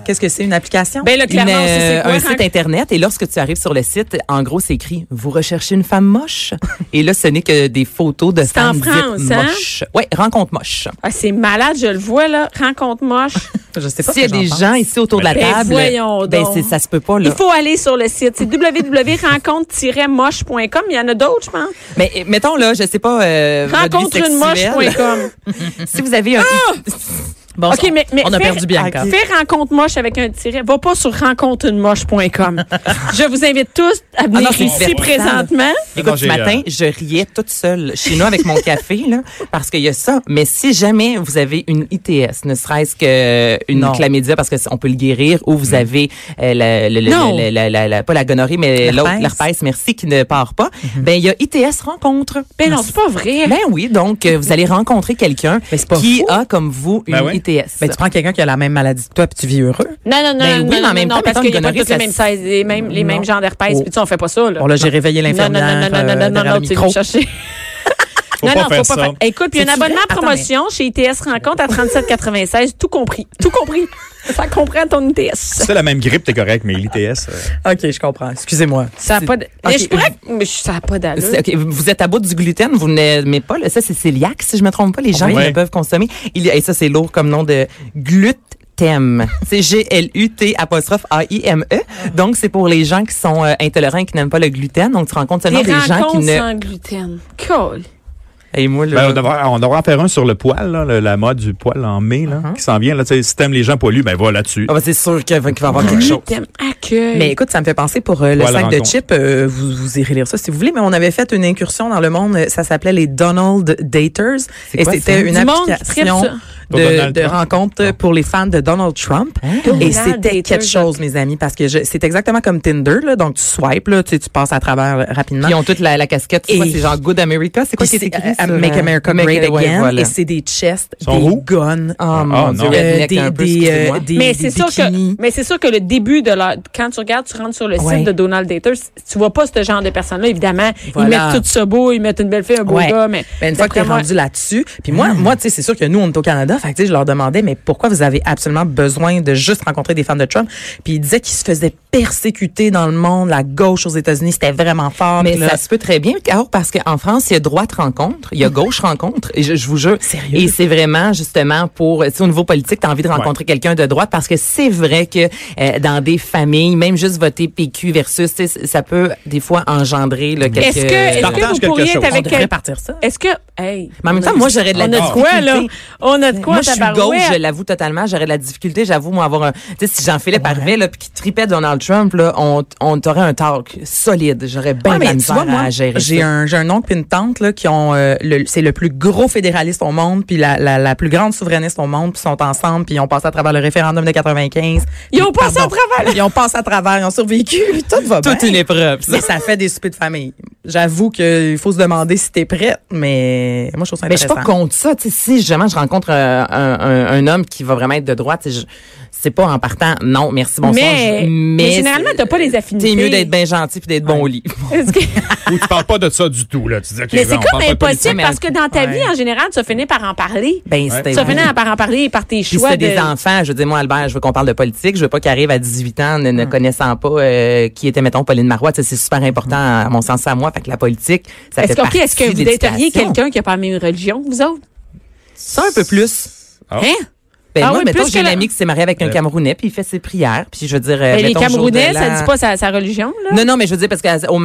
[SPEAKER 4] Qu'est-ce que c'est, une application?
[SPEAKER 1] Ben là, clairement,
[SPEAKER 3] Une,
[SPEAKER 1] on sait c'est
[SPEAKER 3] euh,
[SPEAKER 1] quoi. hein?
[SPEAKER 3] un
[SPEAKER 1] quand-
[SPEAKER 3] site internet et lorsque tu arrives sur le site, en gros, c'est écrit vous recherchez une femme moche et là ce n'est que des photos de
[SPEAKER 1] en
[SPEAKER 3] femmes dites
[SPEAKER 1] France, hein?
[SPEAKER 3] moches. Ouais, rencontre moche.
[SPEAKER 1] Ah, c'est malade, je le vois, là. Rencontre moche.
[SPEAKER 4] je sais pas.
[SPEAKER 3] S'il y a
[SPEAKER 4] ce que
[SPEAKER 3] des
[SPEAKER 4] j'en pense.
[SPEAKER 3] gens ici autour de la
[SPEAKER 1] Ben,
[SPEAKER 3] table,
[SPEAKER 1] voyons
[SPEAKER 3] ben
[SPEAKER 1] donc.
[SPEAKER 3] c'est ça se peut pas là.
[SPEAKER 1] Il faut aller sur le site. C'est www.rencontre-moche.com. Il y en a d'autres, je pense.
[SPEAKER 3] Mais eh, mettons là, je sais pas euh, votre vie sexuelle. Ah!
[SPEAKER 1] Rencontre-une-moche.com.
[SPEAKER 3] Si vous avez un
[SPEAKER 4] Bon,
[SPEAKER 1] OK,
[SPEAKER 4] on-
[SPEAKER 1] mais, mais
[SPEAKER 4] on a
[SPEAKER 1] fais-
[SPEAKER 4] perdu bien
[SPEAKER 1] OK. Fais rencontre moche avec un tiret. Va pas sur rencontreunmoche.com. je vous invite tous à venir
[SPEAKER 3] Ah non, c'est
[SPEAKER 1] ici
[SPEAKER 3] divertissant.
[SPEAKER 1] présentement.
[SPEAKER 2] Non,
[SPEAKER 3] Écoute, ce
[SPEAKER 2] j'ai,
[SPEAKER 3] matin,
[SPEAKER 2] euh,
[SPEAKER 3] je riais toute seule chez nous avec mon café, là, parce qu'il y a ça. Mais si jamais vous avez une ITS, ne serait-ce qu'une
[SPEAKER 4] Non. Mm.
[SPEAKER 3] chlamydia, parce qu'on peut le guérir, ou vous avez, euh, la, le- le-
[SPEAKER 1] Non.
[SPEAKER 3] le- la- la- la- pas la gonorrhée, mais
[SPEAKER 4] L'herpès. Mhm.
[SPEAKER 3] l'autre, l'herpès, merci, qui ne part pas, ben il y a ITS rencontre.
[SPEAKER 1] Ben non, c'est pas vrai.
[SPEAKER 3] Ben oui, donc euh, vous allez rencontrer quelqu'un
[SPEAKER 4] Mais c'est pas
[SPEAKER 3] qui
[SPEAKER 4] fou.
[SPEAKER 3] a comme vous une
[SPEAKER 2] Ben oui.
[SPEAKER 3] ITS.
[SPEAKER 4] Ben, tu prends quelqu'un qui a la même maladie que toi puis tu vis heureux.
[SPEAKER 1] Non, non, non,
[SPEAKER 3] Ben
[SPEAKER 1] non,
[SPEAKER 3] oui, mais en
[SPEAKER 1] non,
[SPEAKER 3] même
[SPEAKER 1] non,
[SPEAKER 3] temps,
[SPEAKER 1] parce
[SPEAKER 3] mettons
[SPEAKER 1] qu'il n'y
[SPEAKER 3] une
[SPEAKER 1] a pas
[SPEAKER 3] gonorrhée,
[SPEAKER 1] tous les
[SPEAKER 3] ça
[SPEAKER 1] mêmes
[SPEAKER 3] se-
[SPEAKER 1] size, les mêmes, les mêmes
[SPEAKER 4] Non.
[SPEAKER 1] genres d'herpès,
[SPEAKER 4] Oh.
[SPEAKER 1] puis tu sais, on fait pas ça, là.
[SPEAKER 4] Bon, là, j'ai réveillé
[SPEAKER 1] non, non,
[SPEAKER 4] l'infirmière.
[SPEAKER 1] non, non,
[SPEAKER 4] euh,
[SPEAKER 1] non, non, non,
[SPEAKER 4] derrière
[SPEAKER 1] non,
[SPEAKER 4] le
[SPEAKER 1] tu
[SPEAKER 4] micro.
[SPEAKER 1] vas chercher.
[SPEAKER 2] Faut
[SPEAKER 1] non,
[SPEAKER 2] pas
[SPEAKER 1] non,
[SPEAKER 2] faire
[SPEAKER 1] faut
[SPEAKER 2] ça.
[SPEAKER 1] pas faire. Écoute, puis il y a un
[SPEAKER 4] C'est-tu vrai?
[SPEAKER 1] abonnement
[SPEAKER 4] Attends,
[SPEAKER 1] promotion chez ITS Rencontre à 37,96, tout compris. Tout compris. ça comprend ton ITS.
[SPEAKER 2] Si t'as la même grippe, t'es correct, mais l'ITS. euh,
[SPEAKER 4] OK, je comprends. Excusez-moi.
[SPEAKER 1] Ça a pas de... Mais
[SPEAKER 3] Ok.
[SPEAKER 1] je pourrais... Mais je- ça a pas d'allure.
[SPEAKER 3] C'est- ok, vous êtes à bout du gluten, vous n'aimez pas. le- Ça, c'est celiac, si je me trompe pas, les gens qui
[SPEAKER 2] Ouais.
[SPEAKER 3] ne peuvent consommer. Il, y a- et ça, c'est lourd comme nom de gluten. C'est G-L-U-T apostrophe A-I-M-E. E. Donc, c'est pour les gens qui sont euh, intolérants et qui n'aiment pas le gluten. Donc, tu rencontres seulement
[SPEAKER 1] Des
[SPEAKER 3] des, gens qui
[SPEAKER 1] rencontres
[SPEAKER 3] ne...
[SPEAKER 1] sans gluten. Cool.
[SPEAKER 3] Et moi, là,
[SPEAKER 2] Ben, on, devrait, on devrait en faire un sur le poil, là, le- la mode du poil en mai, là, qui s'en vient. Là, tu sais, si t'aimes les gens poilus, ben va là-dessus.
[SPEAKER 3] ah, ben, c'est sûr qu'il va qu'il va y avoir quelque chose.
[SPEAKER 1] Gluten accueil.
[SPEAKER 4] Mais écoute, ça me fait penser pour euh, le
[SPEAKER 2] Voilà,
[SPEAKER 4] sac de
[SPEAKER 2] rencontre.
[SPEAKER 4] chips. euh, vous, vous irez lire ça si vous voulez, mais on avait fait une incursion dans le monde. euh, Ça s'appelait les Donald Daters.
[SPEAKER 3] C'est
[SPEAKER 4] Et
[SPEAKER 3] quoi, ça?
[SPEAKER 4] c'était une
[SPEAKER 1] Du monde qui tripe
[SPEAKER 4] application
[SPEAKER 1] ça.
[SPEAKER 2] Pour
[SPEAKER 4] de,
[SPEAKER 2] Donald
[SPEAKER 4] de
[SPEAKER 2] Trump.
[SPEAKER 4] rencontre pour les fans de Donald Trump.
[SPEAKER 3] Ah.
[SPEAKER 4] Et
[SPEAKER 1] Donald
[SPEAKER 4] c'était
[SPEAKER 1] Daters,
[SPEAKER 4] quelque chose, mes amis, parce que je- c'est exactement comme Tinder. Là, donc, tu swipes, là, tu, sais, tu passes à travers euh, rapidement.
[SPEAKER 3] Ils ont toute la, la casquette. C'est
[SPEAKER 4] Et-
[SPEAKER 3] quoi, c'est genre Good America? hein. C'est quoi
[SPEAKER 4] Puis
[SPEAKER 3] qui est écrit
[SPEAKER 4] c'est, euh,
[SPEAKER 3] sur,
[SPEAKER 4] Make
[SPEAKER 3] euh,
[SPEAKER 4] America
[SPEAKER 3] Make-
[SPEAKER 4] Great
[SPEAKER 3] ouais,
[SPEAKER 4] Again.
[SPEAKER 3] voilà.
[SPEAKER 4] Et c'est des chests,
[SPEAKER 2] Sont
[SPEAKER 4] des
[SPEAKER 2] roux?
[SPEAKER 4] guns.
[SPEAKER 3] Oh mon
[SPEAKER 2] Ah,
[SPEAKER 3] Dieu,
[SPEAKER 2] non.
[SPEAKER 4] euh,
[SPEAKER 3] redneck
[SPEAKER 4] des,
[SPEAKER 3] un peu,
[SPEAKER 4] des, euh,
[SPEAKER 3] excusez-moi.
[SPEAKER 4] des-
[SPEAKER 1] mais
[SPEAKER 4] des
[SPEAKER 1] c'est sûr
[SPEAKER 4] bikinis.
[SPEAKER 1] que mais c'est sûr que le début de leur quand tu regardes tu rentres sur le
[SPEAKER 4] Ouais.
[SPEAKER 1] site de Donald Daters tu vois pas ce genre de personnes là évidemment
[SPEAKER 4] Voilà.
[SPEAKER 1] ils mettent tout ça beau ils mettent une belle fille un beau
[SPEAKER 4] Ouais.
[SPEAKER 1] gars mais
[SPEAKER 4] Ben, une fois que t'es
[SPEAKER 1] d'après moi-
[SPEAKER 4] rendu là-dessus, puis moi, moi, tu sais, c'est sûr que nous, on est au Canada. Fait que, tu sais, je leur demandais, mais pourquoi vous avez absolument besoin de juste rencontrer des fans de Trump? Puis ils disaient qu'ils se faisaient persécuter dans le monde, la gauche aux États-Unis, c'était vraiment fort.
[SPEAKER 3] Mais
[SPEAKER 4] Puis là,
[SPEAKER 3] ça se peut très bien, Caro, parce qu'en France, il y a droite rencontre, il y a gauche rencontre, et je, je vous jure.
[SPEAKER 4] Mhm. Sérieux?
[SPEAKER 3] Et c'est vraiment, justement, pour, tu sais, au niveau politique, t'as envie de rencontrer quelqu'un de droite, parce que c'est vrai que euh, dans des familles, même juste voter PQ versus, tu sais, ça peut, des fois, engendrer, là, quelques...
[SPEAKER 1] est-ce que est-ce
[SPEAKER 2] partage
[SPEAKER 1] que vous
[SPEAKER 2] quelque
[SPEAKER 1] pourriez
[SPEAKER 2] chose.
[SPEAKER 1] être
[SPEAKER 4] on
[SPEAKER 1] avec
[SPEAKER 4] devrait
[SPEAKER 1] quel-
[SPEAKER 4] partir ça.
[SPEAKER 1] est-ce que hey
[SPEAKER 3] Mais en même
[SPEAKER 1] on
[SPEAKER 3] temps,
[SPEAKER 1] a-
[SPEAKER 3] moi, j'aurais de la
[SPEAKER 1] on a de quoi là
[SPEAKER 3] difficulté.
[SPEAKER 1] on a de quoi
[SPEAKER 3] moi, je suis
[SPEAKER 1] tabarouette?
[SPEAKER 3] gauche, je l'avoue totalement. J'aurais de la difficulté, j'avoue, moi, avoir un. Tu sais, si Jean-Philippe arrivait, là, puis qu'il tripait Donald Trump, là, on, on t'aurait un talk solide. J'aurais bien Ben,
[SPEAKER 4] Ouais,
[SPEAKER 3] de la
[SPEAKER 4] mais tu
[SPEAKER 3] misère
[SPEAKER 4] vois, moi,
[SPEAKER 3] à gérer.
[SPEAKER 4] j'ai
[SPEAKER 3] ça.
[SPEAKER 4] un, j'ai un oncle puis une tante là, qui ont euh, le- c'est le plus gros fédéraliste au monde, puis la, la, la plus grande souverainiste au monde, puis sont ensemble, puis ils ont passé à travers le référendum de 95.
[SPEAKER 1] Ils
[SPEAKER 4] Puis,
[SPEAKER 1] ont passé à
[SPEAKER 3] Ah,
[SPEAKER 1] travers,
[SPEAKER 4] Ils ont passé à travers, ils ont survécu, puis tout va bien.
[SPEAKER 3] Toute une épreuve, ça.
[SPEAKER 4] Mais ça fait des soupers de famille. J'avoue qu'il faut se demander si t'es prête, mais moi, je trouve ça
[SPEAKER 3] Mais je suis
[SPEAKER 4] intéressant.
[SPEAKER 3] pas contre ça. Tu sais, si jamais je rencontre euh, un, un, un homme qui va vraiment être de droite, tu sais, je- c'est pas en partant. Non, merci, bonsoir.
[SPEAKER 1] Mais-
[SPEAKER 3] je-
[SPEAKER 1] mais généralement, t'as pas les affinités.
[SPEAKER 3] C'est mieux d'être bien gentil puis d'être bon au lit.
[SPEAKER 1] Est-ce que-
[SPEAKER 2] Ou tu parles pas de ça du tout. Là. Tu dis, OK,
[SPEAKER 1] mais
[SPEAKER 2] bon,
[SPEAKER 1] c'est
[SPEAKER 2] on parle
[SPEAKER 1] comme
[SPEAKER 2] pas de politique.
[SPEAKER 1] impossible
[SPEAKER 3] mais-
[SPEAKER 1] parce que dans ta
[SPEAKER 4] Ouais.
[SPEAKER 1] vie en général tu vas finir par en parler
[SPEAKER 3] Ben,
[SPEAKER 1] tu
[SPEAKER 3] c'était
[SPEAKER 1] vas
[SPEAKER 3] vrai.
[SPEAKER 1] finir par en parler et par tes
[SPEAKER 3] Puis si
[SPEAKER 1] choix
[SPEAKER 3] t'as
[SPEAKER 1] de
[SPEAKER 3] des enfants, je veux dire, moi, Albert, je veux qu'on parle de politique. Je veux pas qu'il arrive à 18 ans ne, ne
[SPEAKER 1] Hum.
[SPEAKER 3] connaissant pas euh, qui était, mettons, Pauline Marois. Tu sais, C'est super important, à mon sens, à moi. Fait que la politique, ça
[SPEAKER 1] Hum.
[SPEAKER 3] fait
[SPEAKER 1] est-ce que, ok,
[SPEAKER 3] partie
[SPEAKER 1] est-ce que
[SPEAKER 3] de
[SPEAKER 1] vous dateriez
[SPEAKER 3] l'éducation.
[SPEAKER 1] quelqu'un qui a pas la même religion que vous autres
[SPEAKER 3] Ça, un peu plus.
[SPEAKER 2] Ah.
[SPEAKER 1] hein
[SPEAKER 3] Ben,
[SPEAKER 1] Ah
[SPEAKER 3] moi,
[SPEAKER 1] oui,
[SPEAKER 3] mettons,
[SPEAKER 1] plus que
[SPEAKER 3] j'ai un
[SPEAKER 1] la-
[SPEAKER 3] ami qui s'est marié avec un
[SPEAKER 2] Ouais.
[SPEAKER 3] Camerounais, puis il fait ses prières. Puis je veux dire,
[SPEAKER 1] Ben,
[SPEAKER 3] euh,
[SPEAKER 1] les
[SPEAKER 3] mettons, jour de
[SPEAKER 1] Camerounais, ça
[SPEAKER 3] l'an-
[SPEAKER 1] dit pas sa, sa religion, là.
[SPEAKER 3] Non, non, mais je veux dire, parce qu'au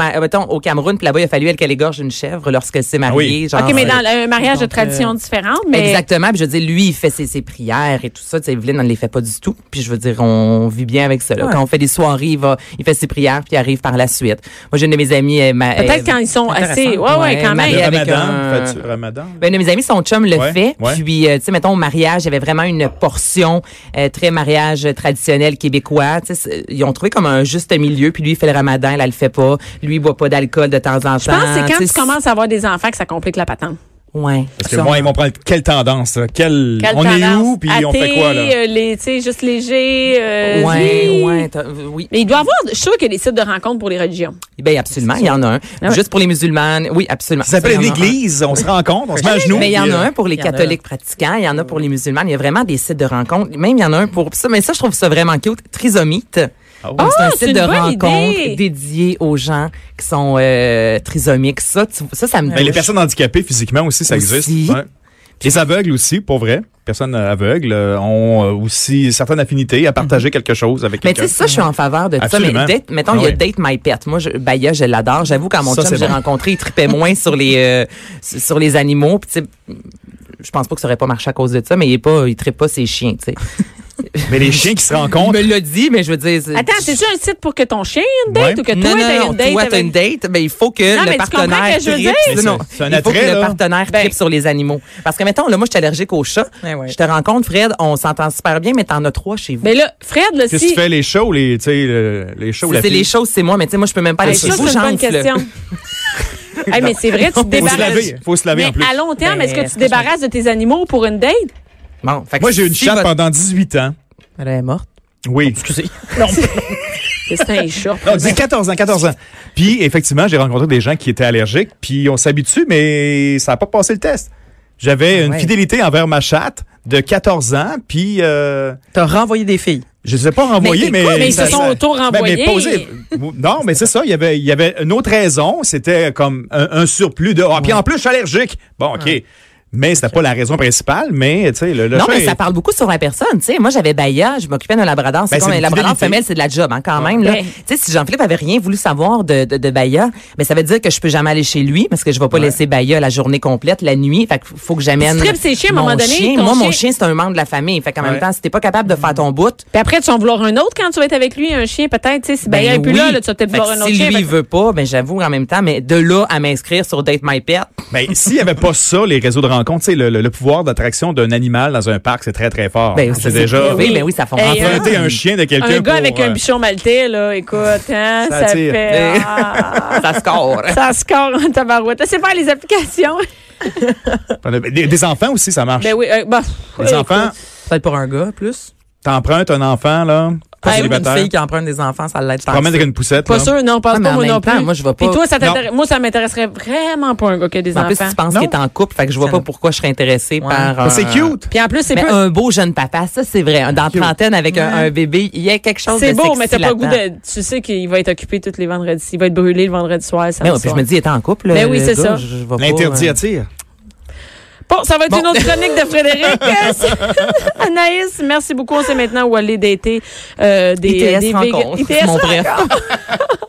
[SPEAKER 3] au Cameroun, puis là-bas, il a fallu elle qu'elle égorge une chèvre lorsqu'elle s'est mariée.
[SPEAKER 2] oui.
[SPEAKER 3] genre,
[SPEAKER 1] Ah OK, mais
[SPEAKER 3] euh,
[SPEAKER 1] dans le- un mariage de
[SPEAKER 3] Donc,
[SPEAKER 1] tradition différente, mais.
[SPEAKER 3] Exactement. Puis je veux dire, lui, il fait ses, ses prières et tout ça. Tu sais, Evelyne, on ne les fait pas du tout. Puis je veux dire, on vit bien avec ça. là.
[SPEAKER 4] Ouais.
[SPEAKER 3] Quand on fait des soirées, il, va, il fait ses prières, puis il arrive par la suite. Moi, j'ai une de mes amies... euh, ma- euh,
[SPEAKER 1] Peut-être quand ils sont assez. Ouais,
[SPEAKER 3] intéressant.
[SPEAKER 1] ouais,
[SPEAKER 3] Ouais,
[SPEAKER 1] quand
[SPEAKER 3] marié
[SPEAKER 1] même.
[SPEAKER 2] Le
[SPEAKER 3] avec
[SPEAKER 2] ramadan,
[SPEAKER 3] un-
[SPEAKER 2] fais-tu ramadan?
[SPEAKER 3] Ben, une de mes amies, son chum le
[SPEAKER 2] Ouais,
[SPEAKER 3] fait.
[SPEAKER 2] ouais.
[SPEAKER 3] Puis, euh, tu sais, mettons, au mariage, il y avait vraiment une portion euh, très mariage traditionnel québécois. Tu sais, c'est- ils ont trouvé comme un juste milieu. Puis lui, il fait le ramadan, elle, elle le fait pas. Lui, il boit pas d'alcool de temps en temps.
[SPEAKER 1] Je pense que c'est quand
[SPEAKER 3] sais,
[SPEAKER 1] tu commences à avoir des enfants que ça complique la patente.
[SPEAKER 3] Ouais.
[SPEAKER 2] Parce que moi, ils vont prendre quelle tendance, là? Quelle,
[SPEAKER 1] Quelle
[SPEAKER 2] on est
[SPEAKER 1] tendance?
[SPEAKER 2] où, puis on fait
[SPEAKER 1] Athée,
[SPEAKER 2] quoi, là?
[SPEAKER 1] euh, les, tu sais, juste léger. euh,
[SPEAKER 3] ouais,
[SPEAKER 1] oui.
[SPEAKER 3] ouais, t'as- euh, oui.
[SPEAKER 1] Mais il doit y avoir, je suis sûre qu'il y a des sites de rencontres pour les religions.
[SPEAKER 3] Ben absolument, il y en a un.
[SPEAKER 1] Ah ouais.
[SPEAKER 3] Juste pour les musulmanes, oui, absolument.
[SPEAKER 2] Ça s'appelle
[SPEAKER 3] il y en a un.
[SPEAKER 2] l'église, on se rencontre, on se met à genoux.
[SPEAKER 3] Mais il y en
[SPEAKER 2] puis,
[SPEAKER 3] a
[SPEAKER 2] euh,
[SPEAKER 3] un pour les
[SPEAKER 4] Il y en a
[SPEAKER 3] catholiques pratiquants, il y en a pour les musulmans, il y a vraiment des sites de rencontres. Même il y en a un pour ça, mais ça je trouve ça vraiment cute, trisomite.
[SPEAKER 2] oui.
[SPEAKER 3] Donc, c'est
[SPEAKER 1] Ah,
[SPEAKER 3] un
[SPEAKER 1] c'est
[SPEAKER 3] site
[SPEAKER 1] une
[SPEAKER 3] de
[SPEAKER 1] bonne
[SPEAKER 3] rencontre
[SPEAKER 1] idée.
[SPEAKER 3] dédié aux gens qui sont euh, trisomiques. Ça, tu- ça, ça me
[SPEAKER 2] Mais euh, ben, les
[SPEAKER 3] touche.
[SPEAKER 2] personnes handicapées physiquement aussi, ça
[SPEAKER 3] Aussi.
[SPEAKER 2] existe. Ouais. Les aveugles aussi, pour vrai. Personnes aveugles euh, ont euh, aussi certaines affinités à partager quelque chose avec
[SPEAKER 3] Mhm. Mais tu sais,
[SPEAKER 2] quelqu'un.
[SPEAKER 3] ça, je suis en faveur de tout ça. Mais
[SPEAKER 2] Absolument.
[SPEAKER 3] date, mettons,
[SPEAKER 2] Ah
[SPEAKER 3] il y a
[SPEAKER 2] oui.
[SPEAKER 3] Date My Pet. Moi, je, Baya, je l'adore. J'avoue, quand mon
[SPEAKER 2] Ça,
[SPEAKER 3] chum,
[SPEAKER 2] c'est
[SPEAKER 3] j'ai
[SPEAKER 2] bon.
[SPEAKER 3] rencontré, il tripait moins sur les, euh, sur sur les animaux. Puis, tu sais, je pense pas que ça aurait pas marché à cause de ça, mais il est pas, il tripe pas ses chiens, tu sais.
[SPEAKER 2] Mais les chiens qui se
[SPEAKER 3] Il
[SPEAKER 2] rencontrent,
[SPEAKER 3] me l'a dit, mais je veux dire. c'est-
[SPEAKER 1] Attends, c'est-tu un site pour que ton chien ait une date
[SPEAKER 2] Ouais.
[SPEAKER 1] ou que toi,
[SPEAKER 3] non, non,
[SPEAKER 1] t'aies
[SPEAKER 3] non,
[SPEAKER 1] une date?
[SPEAKER 3] toi, t'as
[SPEAKER 1] avec-
[SPEAKER 3] une date, ben, il faut que
[SPEAKER 1] Non, mais
[SPEAKER 3] le
[SPEAKER 1] tu comprends
[SPEAKER 3] partenaire
[SPEAKER 1] que je veux
[SPEAKER 3] tripe.
[SPEAKER 1] dire?
[SPEAKER 2] Mais
[SPEAKER 3] Non,
[SPEAKER 2] c'est- c'est un
[SPEAKER 3] il faut
[SPEAKER 2] attrait,
[SPEAKER 3] que le
[SPEAKER 2] là.
[SPEAKER 3] partenaire
[SPEAKER 1] Ben.
[SPEAKER 3] tripe sur les animaux. Parce que, mettons, là, moi, je suis allergique aux chats.
[SPEAKER 4] Ouais, ouais.
[SPEAKER 3] Je te rencontre, Fred, on s'entend super bien, mais t'en as trois chez vous.
[SPEAKER 1] Mais là, Fred, là,
[SPEAKER 2] qu'est-ce que
[SPEAKER 1] si.
[SPEAKER 2] tu fais? Les shows, les, tu sais, le- les shows,
[SPEAKER 3] Si
[SPEAKER 2] la
[SPEAKER 3] c'est
[SPEAKER 2] fille.
[SPEAKER 3] les choses, c'est moi, mais tu sais, moi, je peux même pas
[SPEAKER 1] Ah,
[SPEAKER 3] aller
[SPEAKER 1] ça,
[SPEAKER 3] chez
[SPEAKER 1] c'est
[SPEAKER 3] vous.
[SPEAKER 1] une bonne
[SPEAKER 3] Chante, là.
[SPEAKER 1] question. Hey, mais c'est vrai, tu te
[SPEAKER 2] Faut se
[SPEAKER 1] débarrasses.
[SPEAKER 2] laver, faut se laver
[SPEAKER 1] Mais
[SPEAKER 2] en plus.
[SPEAKER 1] à long terme,
[SPEAKER 3] Ben,
[SPEAKER 1] est-ce que tu
[SPEAKER 3] franchement.
[SPEAKER 1] te débarrasses de tes animaux pour une date?
[SPEAKER 3] Bon, fait que
[SPEAKER 2] Moi, j'ai eu une
[SPEAKER 3] si
[SPEAKER 2] chatte
[SPEAKER 3] votre-
[SPEAKER 2] pendant 18 ans.
[SPEAKER 4] Elle est morte.
[SPEAKER 2] Oui.
[SPEAKER 4] Excusez.
[SPEAKER 1] C'est un chat.
[SPEAKER 2] Non, dis 14 ans, 14 ans. Puis, effectivement, j'ai rencontré des gens qui étaient allergiques, puis on s'habitue, mais ça n'a pas passé le test. J'avais une
[SPEAKER 4] ouais.
[SPEAKER 2] fidélité envers ma chatte de 14 ans, puis euh,
[SPEAKER 4] T'as renvoyé des filles.
[SPEAKER 2] je ne les ai pas renvoyées, mais...
[SPEAKER 1] t'es cool, mais ils se
[SPEAKER 2] ça-
[SPEAKER 1] sont
[SPEAKER 2] ça-
[SPEAKER 1] auto-renvoyés.
[SPEAKER 2] Ben, mais posé- non, mais c'est ça, il y avait, il y avait une autre raison, c'était comme un, un surplus de... Ah, puis en plus, je suis allergique. Bon, OK. Mais c'était pas la raison principale, mais, tu sais, le, le
[SPEAKER 3] Non,
[SPEAKER 2] chat
[SPEAKER 3] mais
[SPEAKER 2] est-
[SPEAKER 3] ça parle beaucoup sur la personne. Tu sais, moi, j'avais Baya, je m'occupais d'un labrador. C'est
[SPEAKER 2] Ben,
[SPEAKER 3] comme
[SPEAKER 2] c'est
[SPEAKER 3] un
[SPEAKER 2] une
[SPEAKER 3] labrador
[SPEAKER 2] fidélité.
[SPEAKER 3] femelle, c'est de la job, hein, quand même. là.
[SPEAKER 1] Ouais.
[SPEAKER 3] Tu sais, si Jean-Philippe avait rien voulu savoir de, de, de Baya, ben, ça veut dire que je peux jamais aller chez lui parce que je vais pas laisser Baya la journée complète, la nuit. Fait que faut que j'amène.
[SPEAKER 1] Tu tripes ses chiens, à un
[SPEAKER 3] mon
[SPEAKER 1] moment donné,
[SPEAKER 3] chien.
[SPEAKER 1] ton
[SPEAKER 3] Moi, mon
[SPEAKER 1] chien-
[SPEAKER 3] chien, c'est un membre de la famille. Fait qu'en
[SPEAKER 2] Ouais.
[SPEAKER 3] même temps, si t'es pas capable de faire ton bout,
[SPEAKER 1] Puis après, tu vas en vouloir un autre quand tu vas être avec lui, un chien, peut-être. tu sais, Si ben, il est plus
[SPEAKER 3] oui.
[SPEAKER 1] là, là, tu vas peut-être
[SPEAKER 3] Fait que
[SPEAKER 1] vouloir un autre
[SPEAKER 3] Si
[SPEAKER 1] chien.
[SPEAKER 3] lui,
[SPEAKER 1] fait
[SPEAKER 3] il
[SPEAKER 1] que-
[SPEAKER 3] veut pas, ben, j'avoue, en même temps, mais de là à m'inscrire sur Date My Pet,
[SPEAKER 2] Mais s'il n'y avait pas ça, les réseaux de rencontres, tu sais, le, le- le pouvoir d'attraction d'un animal dans un parc, c'est très, très fort.
[SPEAKER 3] ben,
[SPEAKER 2] Ah,
[SPEAKER 3] ça,
[SPEAKER 2] c'est déjà...
[SPEAKER 3] Oui, mais oui, ça fonctionne.
[SPEAKER 1] Hey, euh,
[SPEAKER 2] Emprunter un chien de quelqu'un
[SPEAKER 1] Un gars
[SPEAKER 2] pour,
[SPEAKER 1] avec un
[SPEAKER 2] euh,
[SPEAKER 1] bichon maltais, là, écoute, hein,
[SPEAKER 2] Ça
[SPEAKER 1] ça,
[SPEAKER 2] attire.
[SPEAKER 1] fait...
[SPEAKER 3] Eh.
[SPEAKER 1] ah,
[SPEAKER 3] Ça score.
[SPEAKER 1] ça score en tabarouette. Là, C'est faire les applications.
[SPEAKER 2] Des, des enfants aussi, ça marche.
[SPEAKER 1] Ben oui, euh, bah,
[SPEAKER 2] les enfants,
[SPEAKER 4] Peut-être pour un gars, plus.
[SPEAKER 2] t'empruntes un enfant, là, pas
[SPEAKER 1] Ah, oui,
[SPEAKER 4] Une
[SPEAKER 2] célibataire,
[SPEAKER 4] fille qui emprunte des enfants, ça l'aide
[SPEAKER 2] tu te promènes avec une poussette.
[SPEAKER 1] Pas
[SPEAKER 2] là.
[SPEAKER 1] sûr, non, pense
[SPEAKER 3] Ouais, Ah, mais
[SPEAKER 1] pas
[SPEAKER 3] en
[SPEAKER 1] moi
[SPEAKER 3] même
[SPEAKER 1] non
[SPEAKER 3] temps,
[SPEAKER 1] plus.
[SPEAKER 3] moi, je vais
[SPEAKER 1] Puis
[SPEAKER 3] pas- Bah,
[SPEAKER 1] toi, ça t'intéresse- moi, ça m'intéresserait vraiment pas un gars qui a des
[SPEAKER 3] En plus,
[SPEAKER 1] enfants.
[SPEAKER 3] tu penses
[SPEAKER 2] Non.
[SPEAKER 3] qu'il est en couple, fait que je vois
[SPEAKER 4] Ça
[SPEAKER 3] pas
[SPEAKER 4] ne-
[SPEAKER 3] pourquoi je serais intéressée
[SPEAKER 4] Ouais.
[SPEAKER 3] par.
[SPEAKER 2] Mais C'est
[SPEAKER 3] un-
[SPEAKER 2] cute.
[SPEAKER 1] Puis en plus, c'est
[SPEAKER 3] Mais
[SPEAKER 1] pas...
[SPEAKER 3] un beau jeune papa, ça c'est vrai. Dans
[SPEAKER 2] Cute.
[SPEAKER 3] trentaine avec un,
[SPEAKER 4] Ouais.
[SPEAKER 3] un bébé, il y a quelque chose de
[SPEAKER 1] C'est beau,
[SPEAKER 3] sexy
[SPEAKER 1] mais t'as pas le goût
[SPEAKER 3] là-dedans.
[SPEAKER 1] de. Tu sais qu'il va être occupé tous les vendredis. Il va être brûlé le vendredi soir.
[SPEAKER 3] Mais
[SPEAKER 1] samedi
[SPEAKER 3] ouais, puis je
[SPEAKER 1] soir.
[SPEAKER 3] me dis, il est en couple.
[SPEAKER 1] Ben
[SPEAKER 3] le
[SPEAKER 1] oui, c'est
[SPEAKER 3] gars,
[SPEAKER 1] ça.
[SPEAKER 3] je- je vois pas,
[SPEAKER 2] L'interdit
[SPEAKER 3] euh,
[SPEAKER 2] attire.
[SPEAKER 1] Bon, ça va être
[SPEAKER 3] Bon.
[SPEAKER 1] une autre chronique de Frédéric. Euh, Anaïs, merci beaucoup. On sait maintenant où aller dater euh, des,
[SPEAKER 3] ITS
[SPEAKER 1] des
[SPEAKER 3] rencontre,
[SPEAKER 1] véga- ITS
[SPEAKER 3] mon bref.
[SPEAKER 1] rencontre.